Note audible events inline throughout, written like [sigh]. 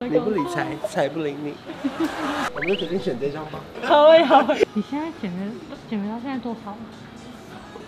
会理工不作。理财，财不理你。 [laughs] 我们就决定选这张吧。好哎好哎。你现在减肥减肥到现在多少？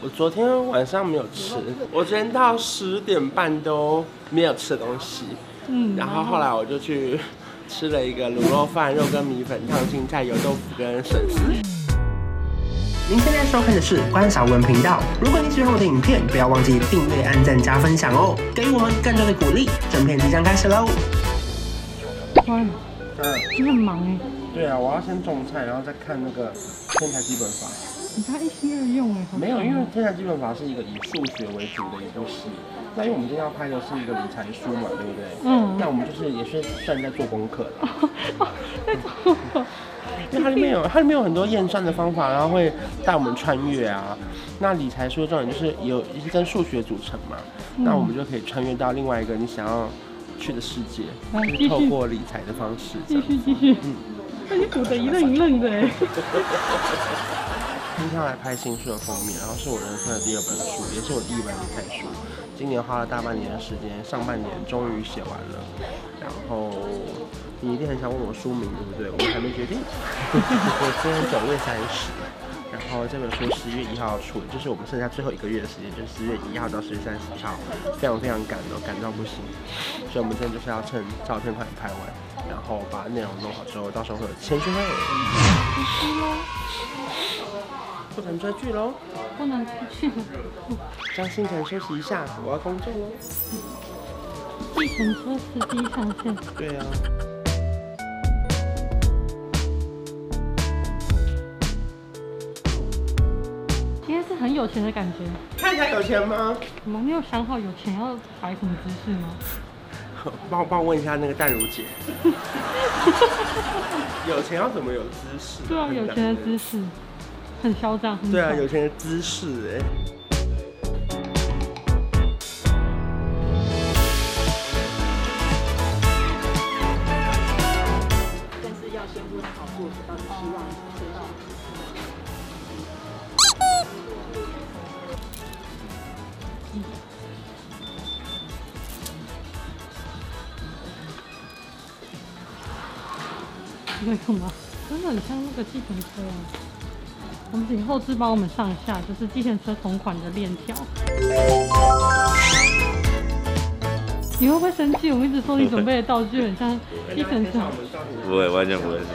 我昨天晚上没有吃，我昨天到十点半都没有吃东西，嗯然后后来我就去吃了一个卤肉饭、肉羹米粉、烫青菜、油豆腐跟笋丝。您现在收看的是关少文频道。如果你喜欢我的影片，不要忘记订阅、按赞、加分享哦，给予我们更多的鼓励。正片即将开始喽！哇，嗯，你很忙哎，对啊，我要先种菜，然后再看那个天才基本法。你才一心二用哎。好没有，烦因为哦天才基本法是一个以数学为主的一部戏。那因为我们今天要拍的是一个理财书嘛，对不对？嗯那我们就是也是算在做功课的，哦在做梦 [laughs] 因为它里面有它里面有很多验算的方法，然后会带我们穿越啊。那理财书的重点就是有也是跟数学组成嘛，嗯那我们就可以穿越到另外一个你想要去的世界，来就继是续透过理财的方式这继样。续继续。那你补的一愣一愣的哎。今天要来拍新书的封面，然后是我人生的第二本书，也是我第一本理财书。今年花了大半年的时间，上半年终于写完了。然后你一定很想问我书名，对不对？我还没决定。我今天九月三十，然后这本书十月一号出，就是我们剩下最后一个月的时间，就是十月一号到十月三十一号，非常非常赶哦，赶到不行。所以我们今天就是要趁照片快点拍完，然后把内容弄好之后，到时候会有签书会，不能追剧喽。不能出去了，张新成休息一下，我要工作喽。计程车司机上线。对啊。今天是很有钱的感觉。太太有钱吗？我们没有想好有钱要摆什么姿势吗？ [laughs] 帮我帮我问一下那个淡如姐， [laughs] 有钱要怎么有姿势？对啊，很有难钱的欸姿势很嚣张，很对啊，爽有钱的姿势哎、但是要先问好作者到底希望知道。那个吗？真的很像那个计程车啊。我们请后置帮我们上一下，就是计程车同款的链条。你会不会生气？我们一直说你准备的道具很像计程车，不会，完全不会生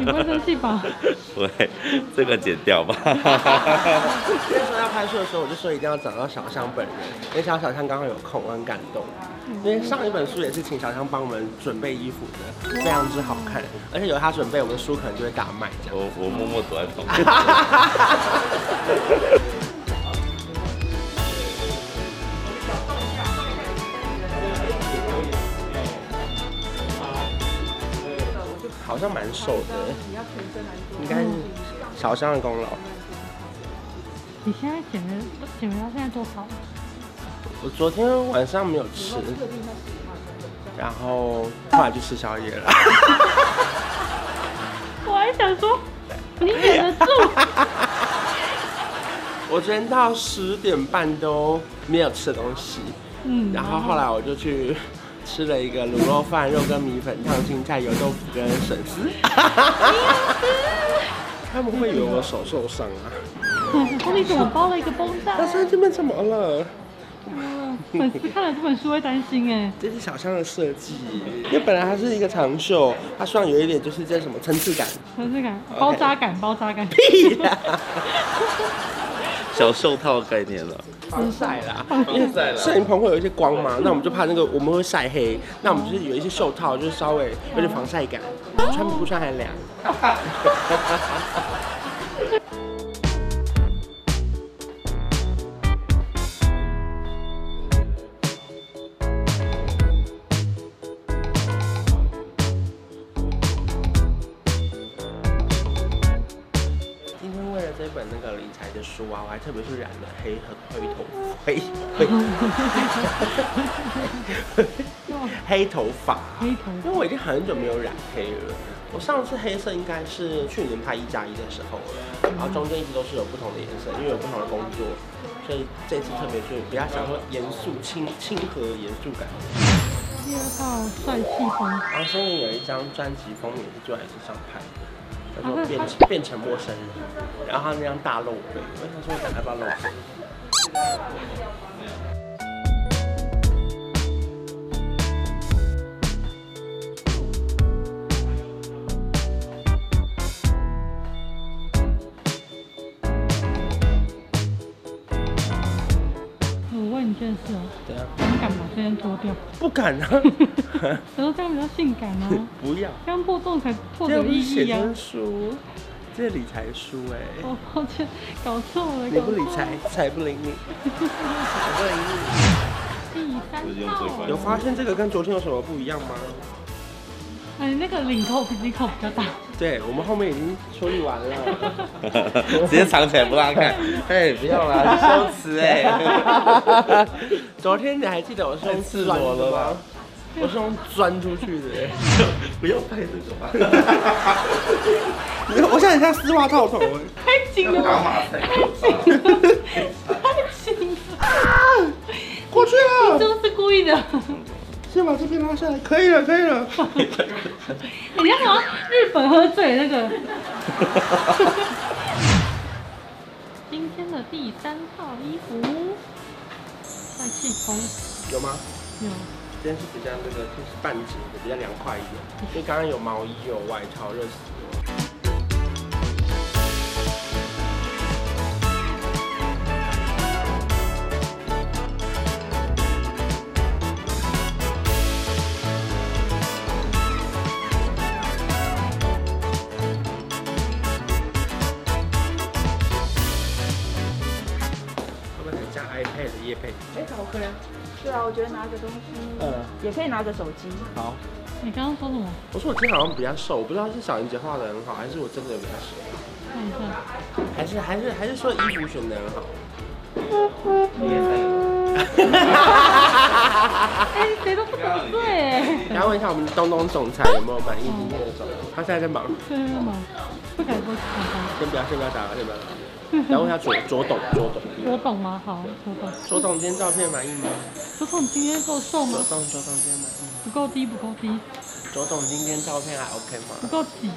你不会生气吧？气。不会，这个剪掉吧。 [laughs] 那时候要拍摄的时候，我就说一定要找到小香本人，因为小小香刚好有空，我很感动。因为上一本书也是请小香帮我们准备衣服的，非常之好看，而且有他准备，我们书可能就会大卖这样。我我默默躲在旁边。我 [laughs] 好像蛮瘦的，应该是小香的功劳。你现在减肥减肥到现在多少？我昨天晚上没有吃，然后后来就吃宵夜了。 [laughs] 我还想说，你忍得住？我昨天到十点半都没有吃东西，嗯，然后后来我就去吃了一个卤肉饭、肉羹米粉、烫青菜、油豆腐跟笋丝。他们会以为我手受伤啊！我说你怎么包了一个绷带？但是这边怎么了？粉丝看了这本书会担心哎、这是小香的设计，因为本来它是一个长袖，它希望有一点就是这什么层次感。粉丝感包扎感包扎感，屁 [laughs] 啦，小袖套概念了，防晒啦，因为摄影棚会有一些光嘛，那我们就怕那个我们会晒黑，那我们就是有一些袖套，就是稍微有点防晒感，穿不穿还凉。今天为了这本那个理财的书啊，我还特别去染了黑和灰头黑灰黑头发，黑头因为我已经很久没有染黑了。我上次黑色应该是去年拍一加一的时候了，然后中间一直都是有不同的颜色，因为有不同的工作，所以这次特别去比较想说严肃、亲亲和严肃感。耶第二套帅气风，然后森林有一张专辑封面是坐在地上拍的，叫做啊变他成变成陌生人，然后他那张大露背，我想说我等下要不要露背？我问你一件事哦，等下你敢把这件脱掉？不敢啊，然后这样比较性感啊，不要，这样破洞才破这又的有不是意写义啊。真书，这是理财书哎、我抱歉，搞错了，理搞不错理了。财，财不理你。第三套，有发现这个跟昨天有什么不一样吗？哎，那个领口比领口比较大，对，我们后面已经处理完了。直接藏起来不让 [laughs] 看。哎，不要啦，羞耻哎。 [laughs] 昨天你还记得我是用赤钻裸的了吗吧？我是用钻出去的、欸。 [laughs] 不要拍这个吧。没有我现在很像丝袜套头、欸。太紧了吧，嘛塞太紧了，太紧了，过去你了，这个是故意的。先把这边拉下来，可以了，可以了。你像什么日本喝醉那个？今天的第三套衣服，帅气风 [laughs] 有吗？有今天是比较那个，就是半截的，比较凉快一点。因为刚刚有毛衣，有外套，热死我。会不会很像 iPad 的叶配？哎，好可以。对啊，我觉得拿个东西，嗯也可以拿个手机。好。你刚刚说什么？我说我今天好像比较瘦，我不知道是小莹姐画的很好，还是我真的比较瘦，看一还是下，还是还是说衣服选的很好。哎、谁都不得罪哎、 [laughs] 然后问一下我们东东总裁有没有满意今天的状况？他现在在忙，对对吗？不敢说喜先不要先不要打扰，先不要打扰。然后问一下左左董，左欢，我董，懂吗？好，我懂。左董今天照片满意吗？左总今天够瘦吗左？董左董今天满意吗？不够低，不够 [laughs] 低，左董今天照片还 OK 不吗？够挤。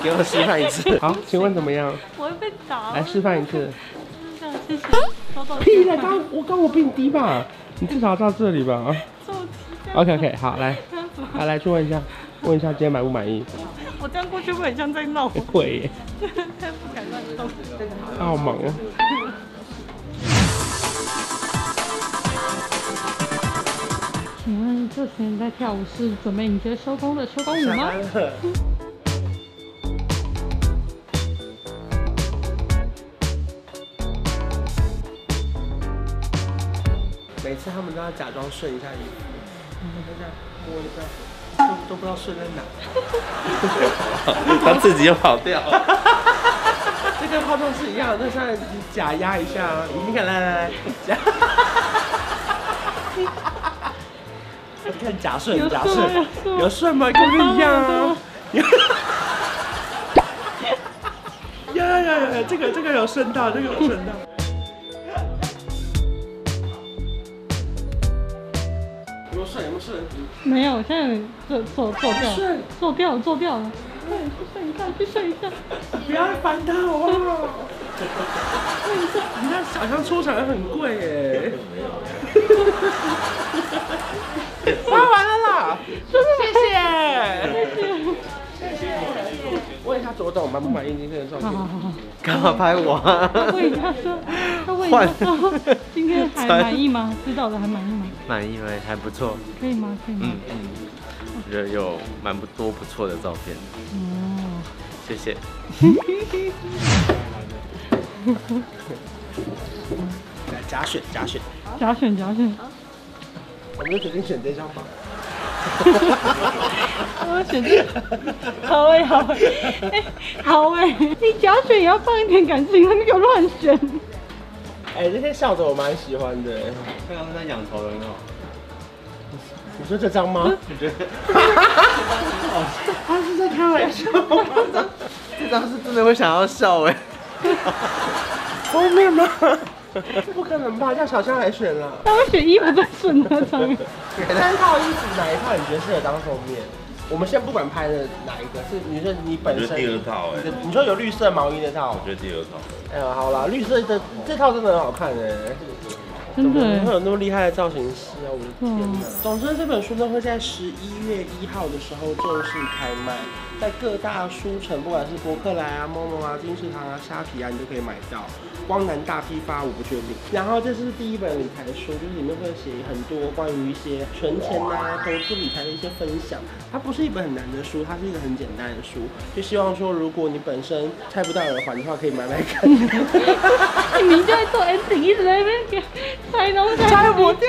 你给我示范一次。 [laughs] 好，请问怎么样？我会被打。来示范一次。真的，谢谢。左总，屁啦，刚我刚我比你低吧？你至少到这里吧。这么低 OK OK，好来，这样子吗好来去问一下，问一下今天满不满意？我这样过去会很像在闹，我会耶，真的不敢乱动。他好忙哦。请问这群人在跳舞是准备迎接收工的收工舞吗？了。每次他们都要假装顺一下衣服，就这样摸一下，都都不知道顺在哪。他自己又跑掉了。这跟化妆是一样的，那现在假压一下啊！你看，来来来，假。你看假顺有假顺吗顺有顺，吗有顺吗？跟这一样啊！呀呀呀呀！这个这个有顺到，这个有顺到。有没有顺？有没有顺？没有，我现在有走走走掉了，走掉了，走掉了。快去睡一下，去睡一下，不要烦他好不好？你看小象出场很贵耶。发完了啦，谢谢。问一下左董满不满意今天的照好好片？好好。干嘛拍我、啊？问一下说，他问一下说，今天还满意吗？指导的还满意吗？满意吗？还不错，可以吗？可以吗嗯？嗯，我觉得有蛮不多不错的照片，哦，谢谢。假选假选，假选假选，我们就决定选这张吧。我选这个，好哎好哎，哎好哎，你假选也要放一点感情，你给我乱选。哎、这些笑着我蛮喜欢的。看他们在养头人哦，你说这张吗？你觉得？他是在开玩笑吗？ [laughs] 这张是真的会想要笑哎。封面吗？ [laughs] 不可能吧？叫小象来选 [laughs] 了。那我选衣服最顺的上面，三套衣服哪一套你觉得适合当封面？我们先不管拍的哪一个，是你说你本我觉身得第二套哎你的你说有绿色毛衣那套我，觉得第二套。哎呀，好啦，绿色的这套真的很好看哎。真的嗯怎么会欸。有那么厉害的造型师啊！我的 [laughs] [laughs] 天哪！总之，这本书呢会在十一月一号的时候正式开卖，在各大书城，不管是博客来啊、某某啊、金石堂啊、虾皮啊，你都可以买到。光南大批发，我不确定。然后这是第一本理财书，就是里面会写很多关于一些存钱啊、投资理财的一些分享。它不是一本很难的书，它是一个很简单的书。就希望说，如果你本身猜不到耳环的话，可以买买看。你明明就在做 ending，一直在那边给拆东西。拆不掉。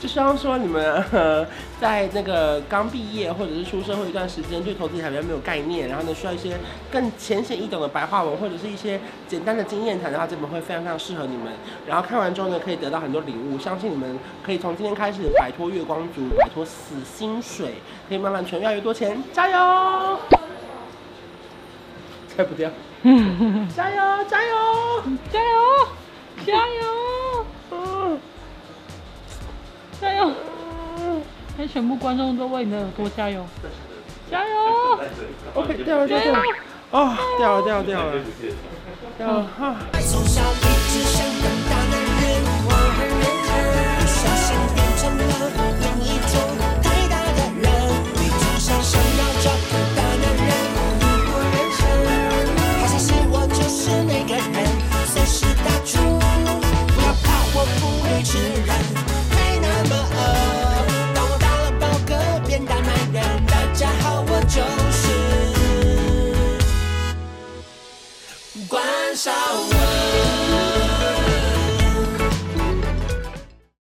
就像说你们、 [laughs] 呃、在那个刚毕业或者是出社会一段时间，对投资理财比较没有概念，然后呢需要一些更浅显易懂的白话文或者是一些简单的经验谈的话，这本会非常非常适合你们。然后看完之后呢，可以得到很多领悟，相信你们可以从今天开始摆脱月光族，摆脱死薪水，可以慢慢存越来越多钱，加油！拆不掉，加油加 [laughs] 油！加油，加油，嗯加油！ให้全部观众都为你的耳朵加油，加油！ ，OK，掉了掉了掉了，哦，掉了掉了掉了。掉了哈。从小一直想当大男人，我很认真，不小心。